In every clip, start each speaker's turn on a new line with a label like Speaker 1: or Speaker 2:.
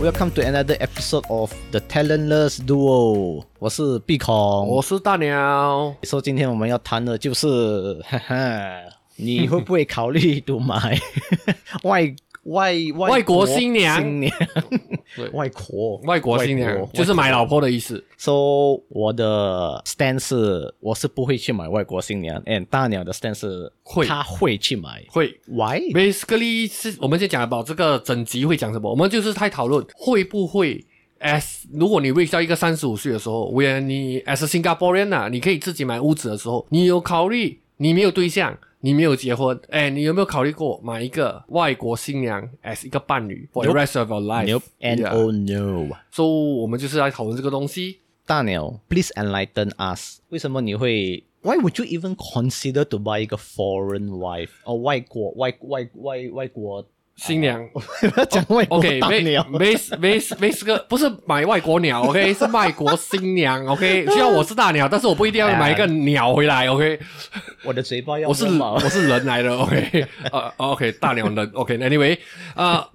Speaker 1: Welcome to another episode of the Talentless Duo。我是碧孔，
Speaker 2: 我是大鸟，
Speaker 1: 说今天我们要谈的就是， 哈哈，你会不会考虑读买 外外外
Speaker 2: 外国新娘
Speaker 1: 新娘
Speaker 2: 对，
Speaker 1: 外国
Speaker 2: 外国新娘
Speaker 1: 国
Speaker 2: 就是买老婆的意思。
Speaker 1: So 我的 stand 是我是不会去买外国新娘，and 大鸟的 stand 是
Speaker 2: 会
Speaker 1: 他会去买
Speaker 2: 会
Speaker 1: ，Why？
Speaker 2: basically 是我们先讲 about 这个整集会讲什么，我们就是在讨论会不会 as 如果你 reach 到一个三十五岁的时候，when 你 as a Singaporean 啊，你可以自己买屋子的时候，你有考虑你没有对象。你没有结婚，哎，你有没有考虑过买一个外国新娘 as 一个伴侣 for the
Speaker 1: Nope.
Speaker 2: rest of your life？
Speaker 1: Nope and
Speaker 2: Yeah.
Speaker 1: oh no。
Speaker 2: So 我们就是来讨论这个东西。
Speaker 1: 大鸟，please enlighten us，为什么你会？Why would you even consider to buy 一个 foreign wife？哦，外国外外外外国，
Speaker 2: 新娘
Speaker 1: 不要讲外国
Speaker 2: 哦 OK，
Speaker 1: 大
Speaker 2: 没
Speaker 1: 鸟。
Speaker 2: 没没没是个不是买外国鸟，OK，是卖国新娘，OK。虽然我是大鸟，但是我不一定要买一个
Speaker 1: 哎
Speaker 2: 鸟回来，OK。
Speaker 1: 我的嘴巴要
Speaker 2: 我是
Speaker 1: 温饱
Speaker 2: 我是人来的，OK，呃、o k 大鸟人，OK，Anyway，、呃，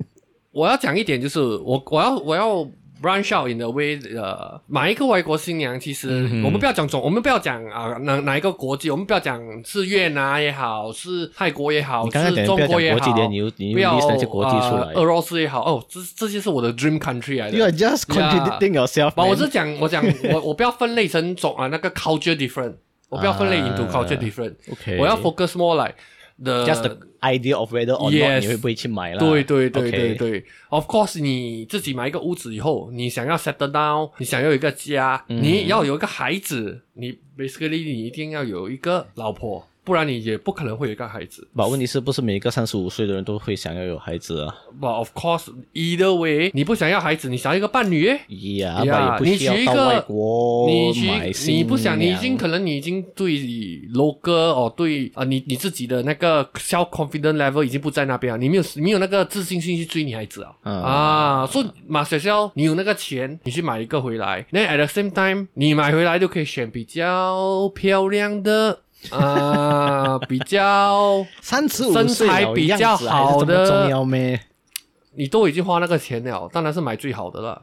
Speaker 2: 我要讲一点就是我我要我要 branch out in the way，呃，买一个外国新娘，其实、
Speaker 1: 嗯
Speaker 2: 我们不要讲种，我们不要讲啊、哪哪一个国籍，我们不要讲是越南也好，是泰国也好，
Speaker 1: 你刚刚
Speaker 2: 是
Speaker 1: 讲
Speaker 2: 中
Speaker 1: 不要
Speaker 2: 国
Speaker 1: 讲
Speaker 2: 也好，
Speaker 1: 国际的你又你又
Speaker 2: 不要
Speaker 1: list 那些国际出来
Speaker 2: 呃俄罗斯也好，哦，这这些是我的 dream country 来的。
Speaker 1: ，You are just contradicting yourself
Speaker 2: 把
Speaker 1: man。
Speaker 2: 我是讲，我讲，我我不要分类成种啊，那个 culture different，我不要分类 into
Speaker 1: 啊
Speaker 2: culture different，、
Speaker 1: OK
Speaker 2: 我要 focus more like the
Speaker 1: just the idea of whether or not
Speaker 2: Yes
Speaker 1: 你会不会去买啦？
Speaker 2: 对对对
Speaker 1: OK
Speaker 2: 对对，Of course，你自己买一个屋子以后，你想要 settle down，你想要有一个家，
Speaker 1: 嗯
Speaker 2: 你要有一个孩子，你 basically 你一定要有一个老婆，不然你也不可能会有一个孩子。
Speaker 1: 把问题是不是每一个三十五岁的人都会想要有孩子啊
Speaker 2: But of course，either way，你不想要孩子，你想要一个伴侣耶。
Speaker 1: ？Yeah，
Speaker 2: 呀
Speaker 1: 把也不需要
Speaker 2: 你娶一
Speaker 1: 到
Speaker 2: 个
Speaker 1: 外国
Speaker 2: 你
Speaker 1: 买
Speaker 2: 去，
Speaker 1: 新
Speaker 2: 你不想，你已
Speaker 1: 娘
Speaker 2: 经可能你已经对 local 哦，对啊、呃你你自己的那个 self confident level 已经不在那边了，你没有你没有那个自信心去追女孩子啊、
Speaker 1: 嗯
Speaker 2: 啊，所以马学校你有那个钱，你去买一个回来，那 at the same time 你买回来就可以选比较漂亮的 啊、比较
Speaker 1: 三十五
Speaker 2: 身
Speaker 1: 岁
Speaker 2: 材
Speaker 1: 了
Speaker 2: 比
Speaker 1: 样
Speaker 2: 较
Speaker 1: 子还是
Speaker 2: 好
Speaker 1: 这么
Speaker 2: 的
Speaker 1: 重要咩？
Speaker 2: 你都已经花那个钱了，当然是买最好的了。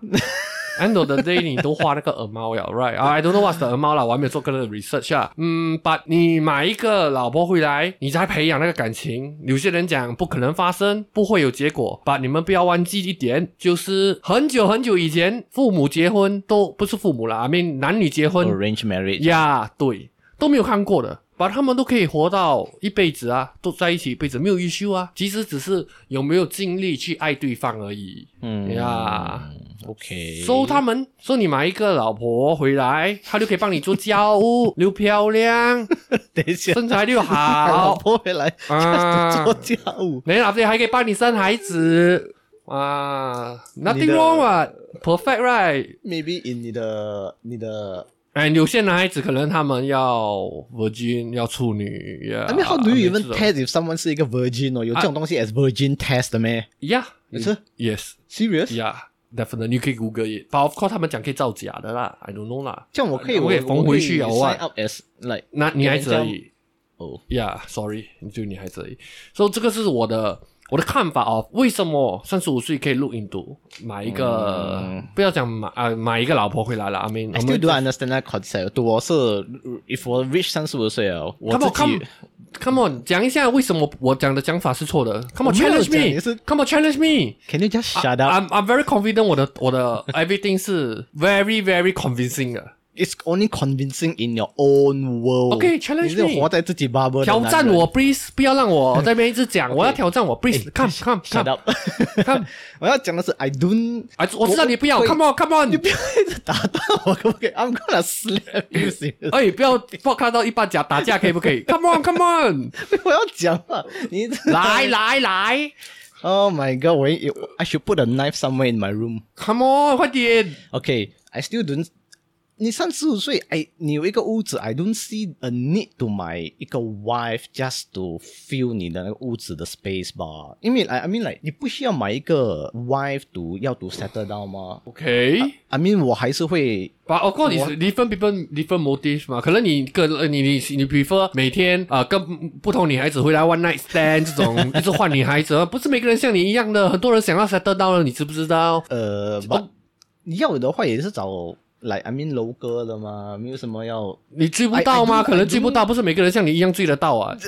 Speaker 2: End of the day，你都花那个 amount 了，right？I don't know what's the amount 啦，我还没有做个 research 啊。嗯，把你买一个老婆回来，你才培养那个感情。有些人讲不可能发生，不会有结果。把你们不要忘记一点，就是很久很久以前，父母结婚都不是父母啦，I mean 男女结婚
Speaker 1: Arrange marriage，
Speaker 2: 呀对，都没有看过的，把他们都可以活到一辈子啊，都在一起一辈子，没有 issue 啊。其实只是有没有尽力去爱对方而已。
Speaker 1: 嗯
Speaker 2: 呀，
Speaker 1: ，OK，
Speaker 2: 收、他们，说你买一个老婆回来，她就可以帮你做家 务，又漂亮，
Speaker 1: 等一下，
Speaker 2: 身材又
Speaker 1: 老
Speaker 2: 好
Speaker 1: 婆回来
Speaker 2: 啊
Speaker 1: 做，家务，
Speaker 2: 你老爹还可以帮你生孩子啊
Speaker 1: 你
Speaker 2: ，nothing
Speaker 1: 的
Speaker 2: wrong 啊，perfect right。
Speaker 1: maybe in 你的你的
Speaker 2: 哎，有些男孩子可能他们要 virgin，要处女呀。
Speaker 1: ，I mean how do you
Speaker 2: 没
Speaker 1: even
Speaker 2: 错
Speaker 1: test if someone 是一个 virgin 哦？有
Speaker 2: Ah.
Speaker 1: 这种东西 as virgin test 的咩
Speaker 2: Yeah,
Speaker 1: 也是
Speaker 2: yes,
Speaker 1: ？Serious？
Speaker 2: yeah, definitely. 你可以 Google it. But of course，他们讲可以造假的啦，I don't know 啦。
Speaker 1: 这样我可以
Speaker 2: 我可以缝回去啊
Speaker 1: 我
Speaker 2: 我
Speaker 1: 可
Speaker 2: 啊
Speaker 1: 以 sign up as like
Speaker 2: 那女孩子而已 Oh
Speaker 1: 哦，
Speaker 2: ，Yeah, sorry，你就女孩子而已。所、以这个是我的我的看法哦。为什么三十五岁可以入印度买一个？不要讲买啊、买一个老婆回来了。I mean，
Speaker 1: 嗯 I
Speaker 2: 我
Speaker 1: still 啊 don't
Speaker 2: 们
Speaker 1: understand that concept。对我是 if 我 reach 三十五岁哦，我
Speaker 2: Come
Speaker 1: 自
Speaker 2: on, come,
Speaker 1: 己
Speaker 2: come on，讲一下为什么我讲的讲法是错的。
Speaker 1: 我
Speaker 2: Come on,
Speaker 1: 没有
Speaker 2: challenge
Speaker 1: 讲你是
Speaker 2: me. Come on, challenge me.
Speaker 1: can you just shut up？
Speaker 2: I'm I'm very confident 我的我的 everything 是 very very convincing 的。
Speaker 1: It's only convincing in your own world.
Speaker 2: Okay,
Speaker 1: 你
Speaker 2: challenge
Speaker 1: 是
Speaker 2: me.
Speaker 1: 活在自己 bubble 的
Speaker 2: 挑
Speaker 1: 男
Speaker 2: 战
Speaker 1: 人
Speaker 2: 我。，please，不要让我在那边一直讲，我要挑战我，please，come come
Speaker 1: Shut
Speaker 2: come，
Speaker 1: up！我 要讲的是，I don't，
Speaker 2: 哎，我知道你不要
Speaker 1: 我
Speaker 2: ，come on come on，
Speaker 1: 你不要一直打断我，可不可以？I'm gonna slap you！seriously
Speaker 2: 哎，不要不要看到一半假打架可以不可以？Come on come on，
Speaker 1: 我要讲了，你 一直
Speaker 2: 来来来
Speaker 1: Oh my god！我 I should put a knife somewhere in my room。
Speaker 2: ，come on，快点
Speaker 1: Okay, I still don't 你三十五岁，哎，你有一个屋子，I don't see a need to 买一个 wife just to fill 你的那个屋子的 space 吧？因为 I I mean like 你不需要买一个 wife to 要 to settle down 吗
Speaker 2: OK，
Speaker 1: ？I mean 我还是会
Speaker 2: 把 of course 你是 different people different motives 嘛，可能你个呃你你你 prefer 每天啊、呃跟不同女孩子回来 one night stand 这种一直换女孩子，不是每个人像你一样的，很多人想要 settle 到了，你知不知道？
Speaker 1: 呃，不、你要的话也是找 like I mean 楼哥的嘛，没有什么要
Speaker 2: 你追不到
Speaker 1: I- I
Speaker 2: 吗？
Speaker 1: don't-
Speaker 2: 可能追不到，不是每个人像你一样追得到啊。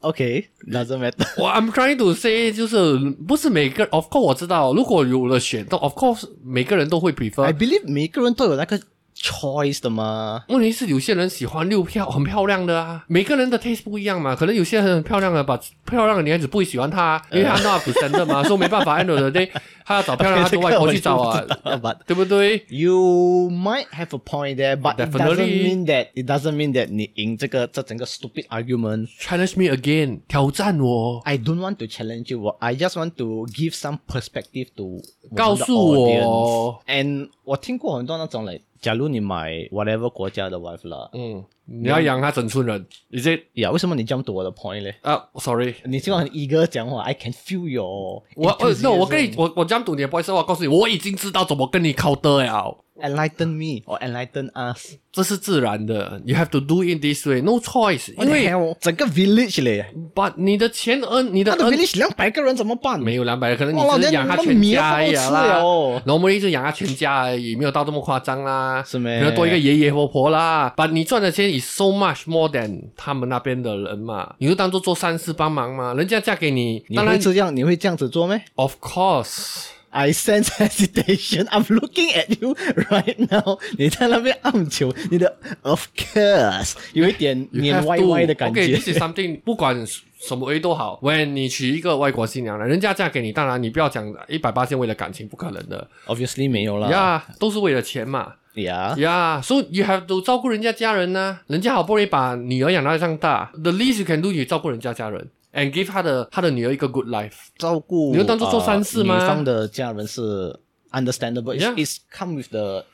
Speaker 1: OK doesn't matter
Speaker 2: 我 I'm trying to say 就是不是每个 of course 我知道，如果有了选择，of course 每个人都会 prefer
Speaker 1: I。believe 每个人都有那个 choice 的嘛。
Speaker 2: 问题是有些人喜欢六票很漂亮的啊，每个人的 taste 不一样嘛，可能有些人很漂亮的，把漂亮的女孩子不会喜欢她、啊，因为她 not present 嘛，所以没办法 end of the day，她要找 漂亮，她
Speaker 1: 这
Speaker 2: 到
Speaker 1: 个
Speaker 2: 外国
Speaker 1: 我
Speaker 2: 去
Speaker 1: 就
Speaker 2: 找 啊
Speaker 1: 不知道，but-
Speaker 2: 对不对？
Speaker 1: You might have a point there, but it doesn't
Speaker 2: Definitely.
Speaker 1: mean that it doesn't mean that 你赢这个这整个 stupid argument.
Speaker 2: Challenge me again，挑战我，
Speaker 1: I don't want to challenge you. I just want to give some perspective to 我们的
Speaker 2: 告诉我
Speaker 1: audience. And 我听过很多那种 like，假如你买 whatever 国家的 wife 了，
Speaker 2: 嗯，你要养她整村人，is it？
Speaker 1: 呀、为什么你 jump to 我的 point 嘞？
Speaker 2: 啊、s o r r y
Speaker 1: 你今晚很 eager 讲话，I can feel your
Speaker 2: 我呃
Speaker 1: enthusiasm.，
Speaker 2: 那我跟你我我这样赌你的不好意思，我告诉你，我已经知道怎么跟你 counter 了。
Speaker 1: enlighten me or enlighten us.
Speaker 2: 这是自然的，you have to do it this way, no choice。因为
Speaker 1: What the hell？整个 village 嘞，
Speaker 2: 把你的钱 earn，你的
Speaker 1: 他的
Speaker 2: earn
Speaker 1: village 两百个人怎么办？
Speaker 2: 没有两百，可呃能你
Speaker 1: 哇
Speaker 2: 只
Speaker 1: 那
Speaker 2: 是
Speaker 1: 你
Speaker 2: 养他
Speaker 1: 那
Speaker 2: 全
Speaker 1: 米都
Speaker 2: 家
Speaker 1: 不
Speaker 2: 而已啊
Speaker 1: 吃
Speaker 2: 啦
Speaker 1: 了哦。
Speaker 2: 然后我们一直养他全家而已，没有到这么夸张啦。
Speaker 1: 是咩
Speaker 2: 可能多一个爷爷婆婆啦。把你赚的钱 is so much more than 他们那边的人嘛，你就当做做善事帮忙嘛。人家嫁给你，
Speaker 1: 你
Speaker 2: 当然
Speaker 1: 会这样，你会这样子做咩？
Speaker 2: of course。
Speaker 1: I sense hesitation. I'm looking at you right now. 你在那边暗球，你的 of course 有一点
Speaker 2: You
Speaker 1: 黏
Speaker 2: have
Speaker 1: 歪
Speaker 2: to-
Speaker 1: 歪的感觉。
Speaker 2: OK，this is something，不管什么 A 都好。When 你娶一个外国新娘了，人家嫁给你，当然你不要讲一百八千为了感情，不可能的
Speaker 1: Obviously 没有啦。
Speaker 2: 呀都是为了钱嘛
Speaker 1: Yeah.
Speaker 2: 呀。So you have to 照顾人家家人呐、人家好不容易把女儿养大上大，the least you can do 也照顾人家家人，and give 她的她的女儿一个 good life。
Speaker 1: 照顾
Speaker 2: 你就当作做善事吗
Speaker 1: 呃女方的家人是 understandable. It's,
Speaker 2: Yeah.
Speaker 1: it's come with the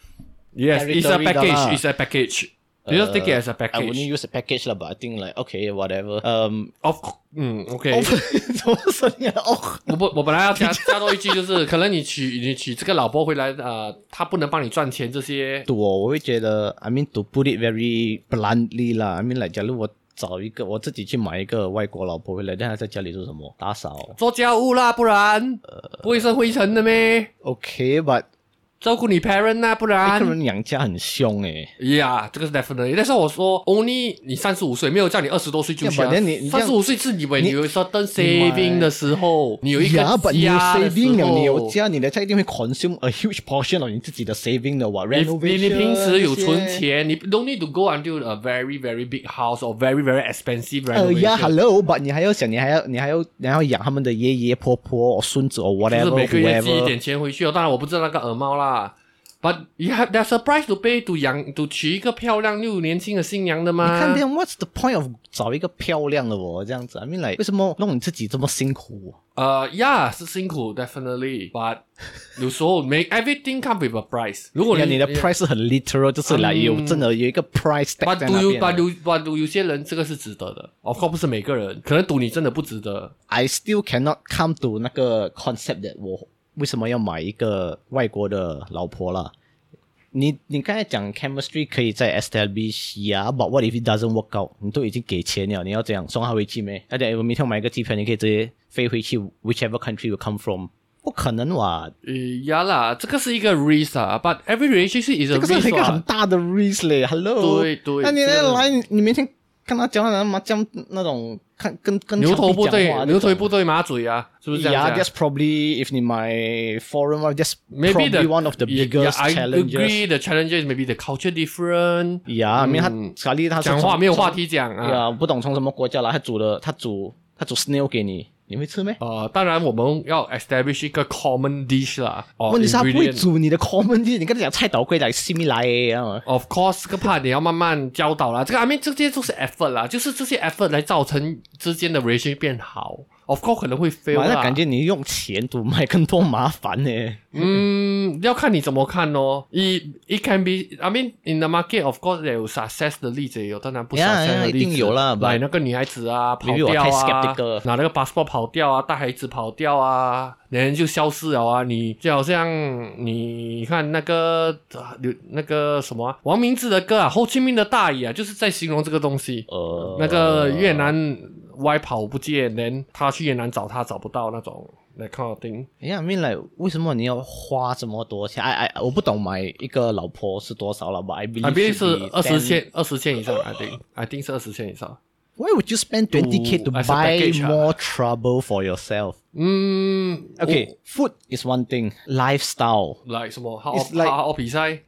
Speaker 2: Yes，it's a
Speaker 1: Territory 的啦
Speaker 2: package，it's a package。You Uh, just take it as a
Speaker 1: I wouldn't
Speaker 2: package.
Speaker 1: use a package lah, but I think like okay, whatever. Um, oh,
Speaker 2: Of，嗯，OK。
Speaker 1: 怎么说呀？哦，
Speaker 2: 我不，我本来要加加多一句，就是可能你娶你娶这个老婆回来，呃，她不能帮你赚钱这些，
Speaker 1: 赌我，我会觉得，I mean to put it very bluntly 啦，I mean like 假如我找一个我自己去买一个外国老婆回来，但她在家里做什么？打扫。
Speaker 2: 做家务啦，不然不会生灰尘的咩？
Speaker 1: OK，but、
Speaker 2: 照顾你 parent 啦，不然
Speaker 1: 一个人养家很凶诶、欸。
Speaker 2: 呀这个是 definitely。但是我说，only 你三十五岁，没有叫你二十多岁就
Speaker 1: Yeah,
Speaker 2: 需要
Speaker 1: but then 你你这
Speaker 2: 三
Speaker 1: 样
Speaker 2: 十五岁是你为
Speaker 1: 你
Speaker 2: 你有 certain saving 的时候，你有一个
Speaker 1: 呀，but 你有
Speaker 2: 家的
Speaker 1: saving
Speaker 2: 时
Speaker 1: 了，
Speaker 2: 候
Speaker 1: 你有家，你的家一定会 consume a huge portion of 你自己的 saving 的哇。
Speaker 2: 你
Speaker 1: renovation
Speaker 2: 你你平时有存
Speaker 1: 这些？
Speaker 2: 钱，你 don't need to go until a very very big house or very very expensive
Speaker 1: 呃
Speaker 2: renovation。
Speaker 1: 呀，hello，but 你还要想，你还要，你还要，你还要养他们的爷爷婆婆、孙子哦
Speaker 2: 就
Speaker 1: ，whatever，
Speaker 2: 是每个
Speaker 1: whoever
Speaker 2: 月寄一点钱回去哦。当然我不知道那个耳猫啦，But you have that surprise to pay to 养 to 娶一个漂亮又年轻的新娘的
Speaker 1: 你
Speaker 2: 吗？
Speaker 1: 看 then what's the point of 找一个漂亮的我这样子？I mean like 为什么弄你自己这么辛苦、啊？
Speaker 2: 呃呀，是辛苦，definitely，but 有时候没 everything come with a price。如果
Speaker 1: 你
Speaker 2: 你嗯
Speaker 1: 你的 price 是很 literal，就是来有真的有一个 price tag
Speaker 2: But
Speaker 1: 在
Speaker 2: do
Speaker 1: 那
Speaker 2: you,
Speaker 1: 边
Speaker 2: but
Speaker 1: 的。
Speaker 2: do, but do 有些人这个是值得的，of course 不是每个人，可能赌你真的不值得。
Speaker 1: I still cannot come to 那个 concept that 我为什么要买一个外国的老婆啦？你你刚才讲 chemistry 可以再 establish 呀、b u t what if it doesn't work out？你都已经给钱了，你要这样送他回去没？而且我明天我买一个机票，你可以直接飞回去 whichever country you come from，不可能哇！
Speaker 2: 呃，呀啦，这个是一个 risk 啊，but every relationship is a
Speaker 1: 这个是一
Speaker 2: risk
Speaker 1: 个很
Speaker 2: 啊。
Speaker 1: 大的 risk 嘞，Hello。
Speaker 2: 对对
Speaker 1: 那你
Speaker 2: 这
Speaker 1: 来
Speaker 2: 个
Speaker 1: 来，你你明天跟他讲那麻将那种，看跟跟
Speaker 2: 牛头不
Speaker 1: 墙
Speaker 2: 对
Speaker 1: 壁讲话，
Speaker 2: 牛头不对马嘴啊，是不是这样
Speaker 1: Yeah,
Speaker 2: 子啊
Speaker 1: that's probably if 你买 foreign one, that's
Speaker 2: Maybe
Speaker 1: probably
Speaker 2: the
Speaker 1: one of the
Speaker 2: yeah,
Speaker 1: biggest
Speaker 2: I
Speaker 1: challenges.
Speaker 2: agree, the challenges maybe the culture different. 嗯
Speaker 1: Yeah, 因为他卡利他是
Speaker 2: 讲
Speaker 1: 从
Speaker 2: 话没有话题讲啊。
Speaker 1: 呀，不懂从什么国家来，他煮的他煮他煮 snail 给你，你会吃没？
Speaker 2: 呃，当然我们要 establish 一个 common dish 啦。哦
Speaker 1: 问题是他不会
Speaker 2: ingredient
Speaker 1: 煮你的 common dish，你跟他讲菜刀贵来西米来啊。
Speaker 2: Of course，这个怕你要慢慢教导啦。这个 I mean，这些都是 effort 啦，就是这些 effort 来造成之间的 relation 变好。 ，of course 可能会 fail
Speaker 1: 哇，那
Speaker 2: 啦
Speaker 1: 感觉你用钱赌买更多麻烦呢、
Speaker 2: 嗯，要看你怎么看咯。It it can be, I mean, in the market, of course, 也有 success 的例子，也有当然不
Speaker 1: Yeah,
Speaker 2: success 的
Speaker 1: yeah，
Speaker 2: 例子。
Speaker 1: 一定有啦
Speaker 2: 买
Speaker 1: but-
Speaker 2: 那个女孩子啊，跑
Speaker 1: Maybe 我
Speaker 2: 掉
Speaker 1: 太
Speaker 2: 啊
Speaker 1: skeptical 了，
Speaker 2: 拿那个 passport 跑掉啊，带孩子跑掉啊，人就消失了啊。你就好像你看那个呃刘、那个什么啊、王明志的歌啊，《后清明的大雨》啊，就是在形容这个东西。
Speaker 1: 呃，
Speaker 2: 那个越南歪跑不见，连他去越南找他找不到那种那 kind of thing。
Speaker 1: 哎呀，明来为什么你要花这么多钱？哎哎，我不懂买一个老婆是多少了吧？I believe
Speaker 2: I believe 是
Speaker 1: should be
Speaker 2: 二十
Speaker 1: 10
Speaker 2: 千，二十千以上，I think，I think 是二十千以上。
Speaker 1: Why would you spend
Speaker 2: To-
Speaker 1: twenty k to
Speaker 2: as a
Speaker 1: buy
Speaker 2: package, ah.
Speaker 1: more trouble for yourself?
Speaker 2: 嗯
Speaker 1: Okay, food is one thing. Lifestyle，
Speaker 2: 我来什么？好
Speaker 1: It's like-
Speaker 2: 好比赛，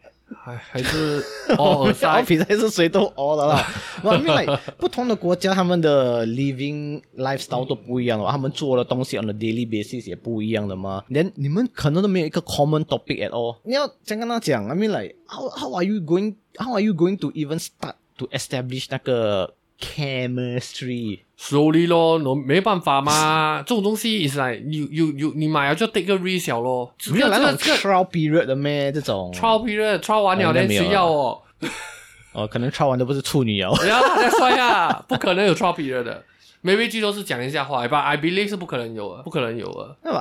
Speaker 2: 还还是 偶尔
Speaker 1: 奥
Speaker 2: 赛？
Speaker 1: 比赛是谁都熬的 啦。我明白，不同的国家他们的 living lifestyle 都不一样了，他们做的东西 on a daily basis 也不一样的嘛。连你们可能都没有一个 common topic at all。你要这样跟他讲，I mean like how how are you going how are you going to even start to establish 那个 chemistry？
Speaker 2: slowly 咯，我没办法嘛。 这种东西 is like you you you 你买了就 take 个 risk 了咯。
Speaker 1: 没有
Speaker 2: 这
Speaker 1: 来
Speaker 2: 个
Speaker 1: 那种
Speaker 2: 这个
Speaker 1: trial period 的咩？这种
Speaker 2: trial period 超完了
Speaker 1: 哎那
Speaker 2: 连
Speaker 1: 没有
Speaker 2: 谁要哦？
Speaker 1: 哦，可能 trial 完都不是处女 哦。
Speaker 2: 不要啦，再帅啊， 不可能有 trial period 的。maybe 最多是讲一下话，but I believe 是不可能有的，不可能有啊的。
Speaker 1: 那么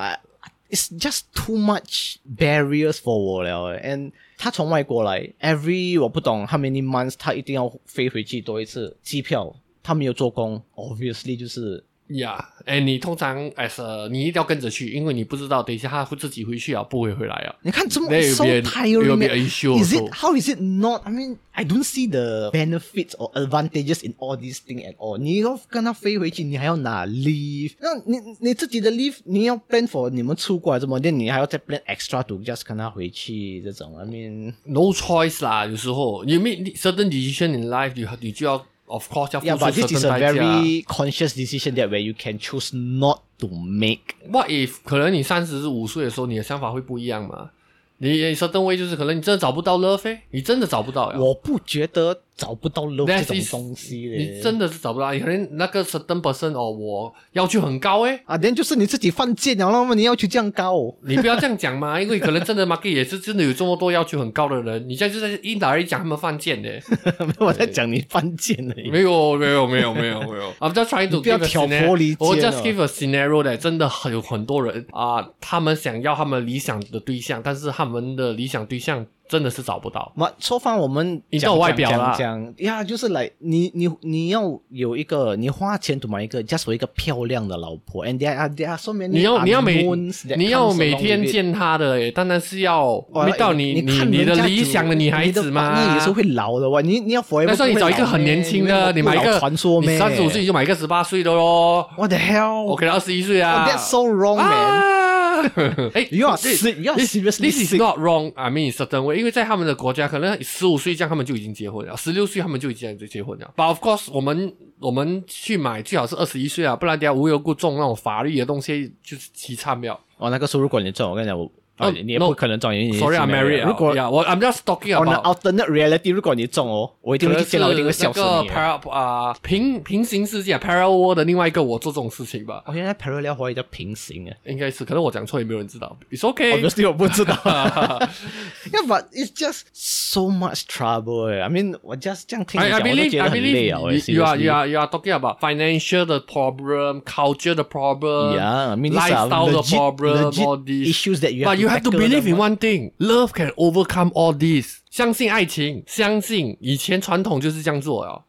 Speaker 1: it's just too much barriers for 我了欸。And 他从外国来，every 我不懂 how many months 他一定要飞回去多一次机票，他没有做工，obviously 就是
Speaker 2: 呀，哎，你通常 as a- 你一定要跟着去，因为你不知道，等一下他会自己回去啊，不会回来啊。
Speaker 1: 你看这么
Speaker 2: There will
Speaker 1: so
Speaker 2: be an-
Speaker 1: tiring.
Speaker 2: will be
Speaker 1: man.
Speaker 2: an issue
Speaker 1: Is it
Speaker 2: also.
Speaker 1: how is it not? I mean, I don't see the benefits or advantages in all these thing at all. 你要跟他飞回去，你还要拿 leave，那你你自己的 leave 你要 plan for 你们出国还是什么，那你还要再 plan extra to just 跟他回去这种。I mean.
Speaker 2: no choice 啦，有时候 you make certain decision in life，你你就要 of course 要
Speaker 1: Yeah,
Speaker 2: 付
Speaker 1: but
Speaker 2: 出
Speaker 1: this is
Speaker 2: certain
Speaker 1: a
Speaker 2: 代价。
Speaker 1: very conscious decision that where you can choose not to make.
Speaker 2: What if 可能你三十五岁的时候，你的想法会不一样嘛？你 certain way 就是可能你真的找不到 love，欸你真的找不到呀。
Speaker 1: 我不觉得找不到 love
Speaker 2: That
Speaker 1: 这种
Speaker 2: is-
Speaker 1: 东西嘞。
Speaker 2: 你真的是找不到，你可能那个 certain person 哦，我要求很高诶，
Speaker 1: 啊，then 就是你自己犯贱了，那么你要求这样高、
Speaker 2: 你不要这样讲嘛，因为可能真的 market 也是真的有这么多要求很高的人，你现在就在一打一讲他们犯贱的。
Speaker 1: 我在讲你犯贱了。
Speaker 2: 没有，没有，没有，没有，没 有。I'm just trying to
Speaker 1: 你不要
Speaker 2: give a
Speaker 1: 挑拨
Speaker 2: scenario-
Speaker 1: 离间
Speaker 2: 我 just
Speaker 1: 了
Speaker 2: give a scenario 的，真的很有很多人啊、他们想要他们理想的对象，但是他们的理想对象真的是找不到。
Speaker 1: 嘛，说翻我们
Speaker 2: 你
Speaker 1: 讲
Speaker 2: 到外表啦
Speaker 1: 讲讲讲呀，就是来你你你要有一个，你花钱买一个 just for 一个漂亮的老婆，and there are there are so many
Speaker 2: 你要你要每
Speaker 1: unknowns that
Speaker 2: 你要
Speaker 1: comes
Speaker 2: 每
Speaker 1: along
Speaker 2: 天
Speaker 1: with it
Speaker 2: 见他的，诶，当然是要遇到
Speaker 1: 你
Speaker 2: 你你你的理想的女孩子嘛。
Speaker 1: 那也是会老的哇。你你要 forever，
Speaker 2: 但是你找一个很年轻的，你买一个
Speaker 1: 传说
Speaker 2: 你
Speaker 1: 咩？
Speaker 2: 三十五岁就买一个十八岁的咯。
Speaker 1: ，What the hell？OK，
Speaker 2: OK，二十一岁啊。
Speaker 1: that's so wrong, man.
Speaker 2: 啊！哎
Speaker 1: You are
Speaker 2: this-
Speaker 1: sick. You are
Speaker 2: this-
Speaker 1: seriously
Speaker 2: This is
Speaker 1: sick.
Speaker 2: not wrong. I mean, in certain way，因为在他们的国家，可能十五岁这样他们就已经结婚了，十六岁他们就已经结婚了。But of course，我们我们去买最好是二十一岁啊，不然等下无缘无故中那种法律的东西就是凄惨了。
Speaker 1: 哦，那个时候如果你中，我跟你讲，我
Speaker 2: 哦
Speaker 1: 哦你也不
Speaker 2: no
Speaker 1: 可能中，因为你已经
Speaker 2: Sorry，I'm
Speaker 1: 没有
Speaker 2: married 啊。
Speaker 1: 如果
Speaker 2: Yeah，我 I'm just talking
Speaker 1: on an
Speaker 2: about。
Speaker 1: 哦 alternate reality，如果你中哦，我一定
Speaker 2: 可
Speaker 1: 会
Speaker 2: 能
Speaker 1: 去
Speaker 2: 是
Speaker 1: 见到，我一定会笑死
Speaker 2: 那
Speaker 1: 你的。
Speaker 2: 个 par 啊、平平行世界啊 parallel world 的另外一个我做这种事情吧，
Speaker 1: 我现在哦 parallel 怀疑叫平行啊
Speaker 2: 应该是，可能我讲错也没有人知道。It's okay，啊
Speaker 1: ，obviously 我不知 道。Yeah, but it's just so much trouble. eh. I mean，我 just 这样听你
Speaker 2: I, I
Speaker 1: 讲，我都
Speaker 2: believe,
Speaker 1: 觉
Speaker 2: I
Speaker 1: 得很累啊。
Speaker 2: believe you, you are,
Speaker 1: seriously.
Speaker 2: you are, you are talking about financial the problem, culture the problem,
Speaker 1: Yeah, I mean, these are
Speaker 2: lifestyle the
Speaker 1: legit-
Speaker 2: problem, all
Speaker 1: legit
Speaker 2: these
Speaker 1: issues that you
Speaker 2: But
Speaker 1: have to
Speaker 2: you have to
Speaker 1: tackle
Speaker 2: believe in
Speaker 1: them,
Speaker 2: one thing: love can overcome all this. 相信爱情，相信以前传统就是这样做了。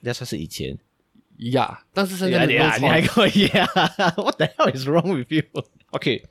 Speaker 1: 那算是以前。
Speaker 2: 呀、yeah,，但是现在
Speaker 1: 呀
Speaker 2: 没有
Speaker 1: 呀，你
Speaker 2: 错
Speaker 1: 还。 可以啊？What the hell is wrong with you? OK，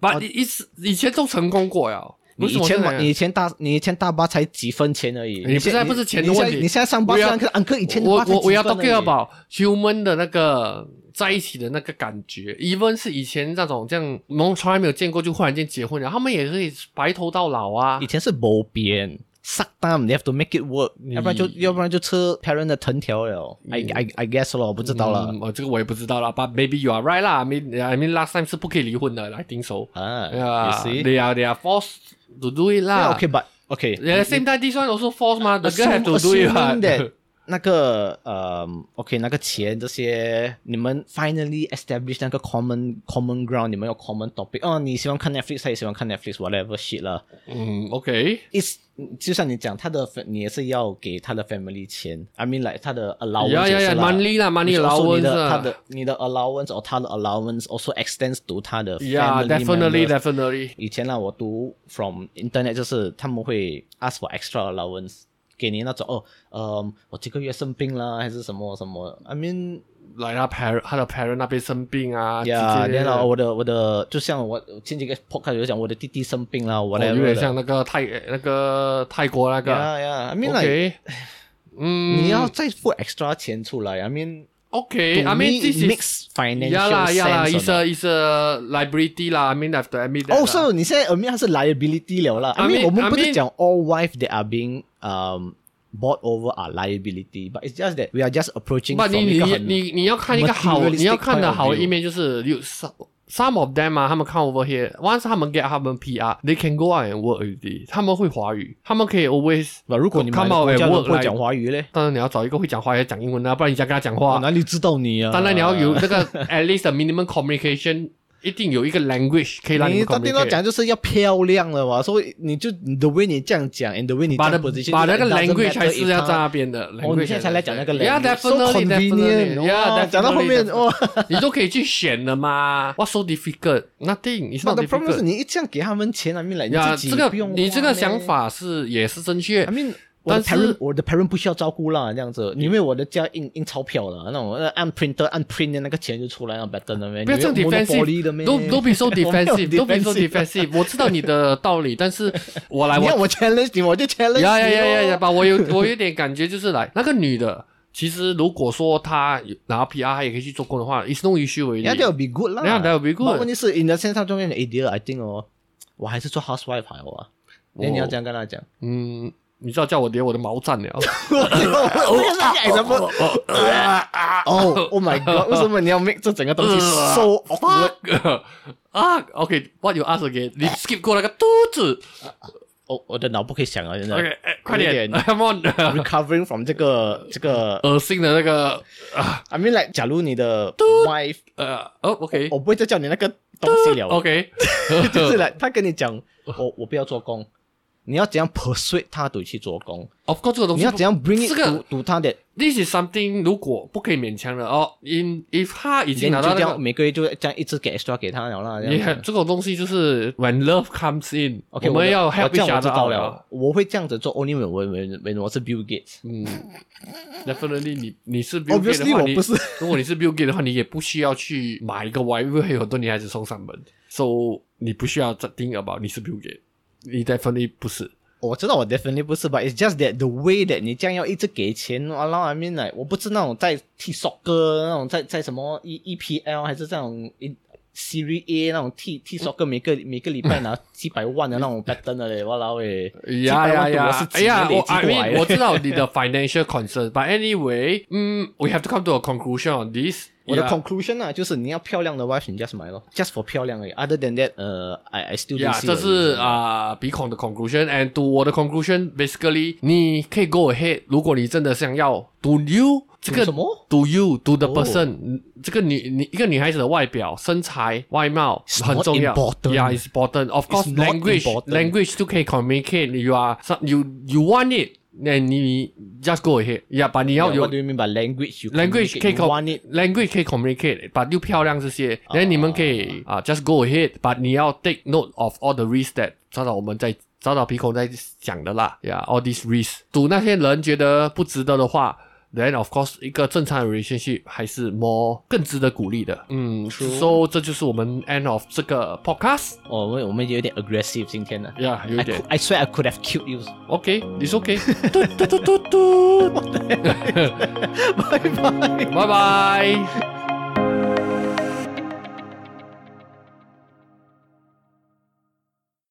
Speaker 2: But it is 以前都成功过了。
Speaker 1: 你
Speaker 2: 为什
Speaker 1: 以
Speaker 2: 么
Speaker 1: 前
Speaker 2: 现在
Speaker 1: 买，你以前大，你以前大巴才几分钱而已。
Speaker 2: 你不
Speaker 1: 现
Speaker 2: 现在不是钱的
Speaker 1: 你现在
Speaker 2: 问题
Speaker 1: 你现在上巴
Speaker 2: 我要
Speaker 1: 上课，安哥以前的
Speaker 2: 我
Speaker 1: 巴才
Speaker 2: 我我要
Speaker 1: 几分而已
Speaker 2: talking about human 的那个在一起的那个感觉，even 是以前那种这样，我们从来没有见过，就忽然间结婚了，他们也可以白头到老啊
Speaker 1: 以。前是没边。suck down，you have to make it work，要
Speaker 2: 嗯
Speaker 1: 不然就要不然就吃 parent 的藤条了。I I I guess 了，我不知道了
Speaker 2: 嗯，我、这个我也不知道啦，but maybe you are right 啦。I mean I mean last time 是不可以离婚的，I think so。
Speaker 1: 啊。
Speaker 2: Yeah,
Speaker 1: You see？
Speaker 2: they are they are forced to do it 啦。
Speaker 1: Yeah, OK，but OK，
Speaker 2: Yeah, same time this one also forced 嘛，the girl
Speaker 1: Assume-
Speaker 2: have to do it 啦
Speaker 1: assuming that 那个呃，OK，那个钱这些，你们 finally establish 那个 common common ground，你们有 common topic。哦，你喜欢看 Netflix，他也喜欢看 Netflix，whatever shit 了。
Speaker 2: 嗯，OK，
Speaker 1: It's 就像你讲，他的 fa- 你也是要给他的 family 钱，I mean like 他的 allowance
Speaker 2: 呀呀
Speaker 1: 也
Speaker 2: 呀
Speaker 1: 是啦
Speaker 2: ，money 啦
Speaker 1: which
Speaker 2: ，money
Speaker 1: also 你
Speaker 2: allowance
Speaker 1: 的
Speaker 2: 啊
Speaker 1: 他的你的 allowance or 他的 allowance also extends to 他的 family
Speaker 2: ，Yeah，definitely
Speaker 1: members
Speaker 2: definitely。
Speaker 1: 以前啊让我读 from internet 就是他们会 ask for extra allowance，给你那种哦，嗯，我这个月生病啦，还是什么什么，I mean
Speaker 2: 来他 parent 他的 parent 那边生病啊，
Speaker 1: 呀，
Speaker 2: 之类
Speaker 1: 然
Speaker 2: 的
Speaker 1: 后 uh, 我的我的就像我我前几个 podcast 有讲我的弟弟生病啦
Speaker 2: 哦有
Speaker 1: ，whatever 的，
Speaker 2: 点像那个泰那个泰国那个。
Speaker 1: 呀呀，I mean like
Speaker 2: OK，嗯，
Speaker 1: 你要再付 extra 钱出来，I mean
Speaker 2: OK，I
Speaker 1: to me
Speaker 2: mean
Speaker 1: it
Speaker 2: this is
Speaker 1: makes financial
Speaker 2: 呀啦呀啦
Speaker 1: sense or
Speaker 2: ，is a is a liability 啦，I mean have to admit that
Speaker 1: 哦，
Speaker 2: 啦。
Speaker 1: 所以你现在 admit 它是 liability 了啦。
Speaker 2: 啊 I
Speaker 1: I mean，
Speaker 2: mean-
Speaker 1: 我们不
Speaker 2: I
Speaker 1: 是
Speaker 2: mean-
Speaker 1: 讲 all wife that are being um bought over are liability，but it's just that we are just approaching
Speaker 2: 不，
Speaker 1: from
Speaker 2: 你
Speaker 1: 一
Speaker 2: 你
Speaker 1: 个很
Speaker 2: 你你要看一个好，
Speaker 1: materialistic
Speaker 2: 你要看的
Speaker 1: point of
Speaker 2: 好的
Speaker 1: view
Speaker 2: 一面就是有 some some of them 啊，他们 come over here，once 他们 get 他们 PR，they can go out and work already。他们会华语，他们可以 always。
Speaker 1: But 如果你买
Speaker 2: come out
Speaker 1: 国
Speaker 2: and
Speaker 1: 家
Speaker 2: work
Speaker 1: 人不会
Speaker 2: like-
Speaker 1: 讲华语嘞，
Speaker 2: 当然你要找一个会讲华语、讲英文的啊，不然你想跟他讲
Speaker 1: 我
Speaker 2: 话。
Speaker 1: 哪里知道你啊？
Speaker 2: 当然你要有这个 at least the minimum communication，一定有一个 language 可以让
Speaker 1: 你
Speaker 2: 们
Speaker 1: 到地方
Speaker 2: communicate。
Speaker 1: 讲就是要漂亮了嘛，所以你就你的 way 你这样讲，and the way 你
Speaker 2: 把
Speaker 1: 这
Speaker 2: 的
Speaker 1: 样 position，
Speaker 2: 把那个
Speaker 1: it doesn't
Speaker 2: language
Speaker 1: matter
Speaker 2: 还是
Speaker 1: if
Speaker 2: 要在
Speaker 1: 它
Speaker 2: 那边的。
Speaker 1: 哦，你现在才来讲那个
Speaker 2: Yeah,
Speaker 1: language，so
Speaker 2: definitely,
Speaker 1: convenient，
Speaker 2: definitely. Yeah,
Speaker 1: 哇
Speaker 2: definitely,
Speaker 1: 讲到后面
Speaker 2: definitely.
Speaker 1: 哇。
Speaker 2: 你都可以去选的嘛。What's so difficult? Nothing. It's
Speaker 1: But
Speaker 2: not
Speaker 1: the problem 是
Speaker 2: difficult.
Speaker 1: 你一这样给他们钱啊，I mean like 你
Speaker 2: 呀，
Speaker 1: 自己
Speaker 2: 这个
Speaker 1: 不用
Speaker 2: 你这个
Speaker 1: 花
Speaker 2: 想
Speaker 1: 嘞
Speaker 2: 法是也是正确
Speaker 1: I。mean，我的
Speaker 2: 但是
Speaker 1: parent 我的 parent 不需要照顾啦，这样子，因为我的家印印钞票了，那种呃按 printer 按 print 的那个钱就出来了，better 的咩？
Speaker 2: 不要这样
Speaker 1: 你有 monopoly 的
Speaker 2: defensive，
Speaker 1: 咩？
Speaker 2: 都都 比 so
Speaker 1: 没有
Speaker 2: defensive，都比 so
Speaker 1: defensive
Speaker 2: defensive。我知道你的道理，但是我来
Speaker 1: 你
Speaker 2: 我
Speaker 1: 要我 challenge 你，我就 challenge
Speaker 2: 呀呀呀呀
Speaker 1: 你
Speaker 2: 呀！
Speaker 1: 咯。
Speaker 2: 吧，我有 我有点感觉，就是来那个女的，其实如果说她有拿 PR，她也可以去做工的话，it's no issue 为
Speaker 1: Yeah, that will be good 啦。
Speaker 2: Yeah, that will be good
Speaker 1: 但问题是，in the sense 他中间的 idea，I think 哦，我还是做 housewife 好啊。那你要这样跟他讲，
Speaker 2: 嗯，你知道叫我连我的毛站了，
Speaker 1: 为什么？哦，Oh my God！为什么你要 make 这整个东西 so awkward？
Speaker 2: 啊，OK，what you ask again？你 skip 过那个肚子
Speaker 1: 哦，我的脑不可以想啊，真的。
Speaker 2: ，OK，哎快
Speaker 1: 有
Speaker 2: 点
Speaker 1: 点
Speaker 2: ，come on，
Speaker 1: Recovering from 这个这个
Speaker 2: 恶心的那个
Speaker 1: I mean like，假如你的 wife，
Speaker 2: 呃，哦，OK，
Speaker 1: 我不会再叫你那个东西了。
Speaker 2: OK，
Speaker 1: 就是来，他跟你讲，
Speaker 2: 哦
Speaker 1: 我我不要做工，你要怎样 persuade 他对去做工，
Speaker 2: of course 哦这个东西
Speaker 1: 你要怎样 bring
Speaker 2: 这个
Speaker 1: it 赌他的，
Speaker 2: ？This is something 如果不可以勉强的哦，in if 他已经
Speaker 1: 你
Speaker 2: 拿
Speaker 1: 就
Speaker 2: 到
Speaker 1: 这
Speaker 2: 那个
Speaker 1: 样。每个月就这样一直给 extra 给他了啦。这
Speaker 2: 也
Speaker 1: 样
Speaker 2: 很
Speaker 1: 子
Speaker 2: 这种东西就是 when love comes in，
Speaker 1: OK，
Speaker 2: 们
Speaker 1: 的
Speaker 2: 要
Speaker 1: 我
Speaker 2: help
Speaker 1: 这
Speaker 2: 一
Speaker 1: 样
Speaker 2: 下
Speaker 1: 我知
Speaker 2: 的
Speaker 1: 道
Speaker 2: 啊
Speaker 1: 了，我会这样子做，only when 我 when when 我是 Bill Gates。
Speaker 2: 嗯，definitely 你你是 Bill Gates 的
Speaker 1: Obviously
Speaker 2: 话，
Speaker 1: 我
Speaker 2: 你
Speaker 1: 不是，
Speaker 2: 如果你是 Bill Gates 的话，你也不需要去买一个 Y，因为会有很多女孩子送上门，so 你不需要再 think about 你是 Bill Gates，你 definitely 不是。
Speaker 1: 我知道我 definitely 不是吧？It's just that the way that 你这样要一直给钱，然后 I mean like 我不是那种在踢 soccer 那种在在什么 E E P L 还是这种 in- Serie A 那种踢
Speaker 2: 嗯
Speaker 1: 踢 soccer 每个每个礼拜拿几百万的那种 pattern 的嘞，欸哇啦 喂！
Speaker 2: 呀呀
Speaker 1: 我
Speaker 2: 呀
Speaker 1: 是！
Speaker 2: 哎
Speaker 1: 几
Speaker 2: 呀，
Speaker 1: 年累
Speaker 2: 我
Speaker 1: 积
Speaker 2: I
Speaker 1: 过来
Speaker 2: mean 我
Speaker 1: 的。
Speaker 2: 知道你的 financial concern，but anyway，嗯，we have to come to a conclusion on this。
Speaker 1: 我的
Speaker 2: Yeah
Speaker 1: conclusion 啊，就是你要漂亮的 wife，你 just 买咯，just for 漂亮而已。Other than that，呃，I I still don't
Speaker 2: Yeah，
Speaker 1: see
Speaker 2: 这
Speaker 1: the
Speaker 2: 是
Speaker 1: reason
Speaker 2: 啊、鼻孔的 conclusion and to 我的 conclusion basically，你可以 go ahead，如果你真的想要 do you 这个
Speaker 1: 什么
Speaker 2: do you do the
Speaker 1: 哦
Speaker 2: person，、这个女你一个女孩子的外表、身材、外貌
Speaker 1: It's
Speaker 2: 很
Speaker 1: not
Speaker 2: 重要
Speaker 1: important.
Speaker 2: Yeah, it's important. Of course,
Speaker 1: It's not
Speaker 2: language
Speaker 1: important.
Speaker 2: language 都可以 communicate. You are some- you you want it. then 你 just go ahead. Yeah，把你要
Speaker 1: Yeah,
Speaker 2: 有
Speaker 1: What do you mean by language? You
Speaker 2: language 可以
Speaker 1: communicate, you want it
Speaker 2: language 可以 communicate，把又漂亮这些，然后你们可以
Speaker 1: 哦
Speaker 2: 啊 just go ahead，把你要 take note of all the risk that 早早我们在早早皮孔在讲的啦，yeah，all these risk，赌那些人觉得不值得的话。Then of course，一个正常的 relationship 还是 more 更值得鼓励的。嗯
Speaker 1: True
Speaker 2: ，so 这就是我们 end of 这个 podcast。
Speaker 1: 哦。我们我们有点 aggressive 今天啊呢。
Speaker 2: Yeah，有
Speaker 1: I
Speaker 2: 点
Speaker 1: could- I swear I could have killed you.
Speaker 2: OK，it's OK。嘟嘟嘟嘟嘟，
Speaker 1: 拜拜。
Speaker 2: 拜拜。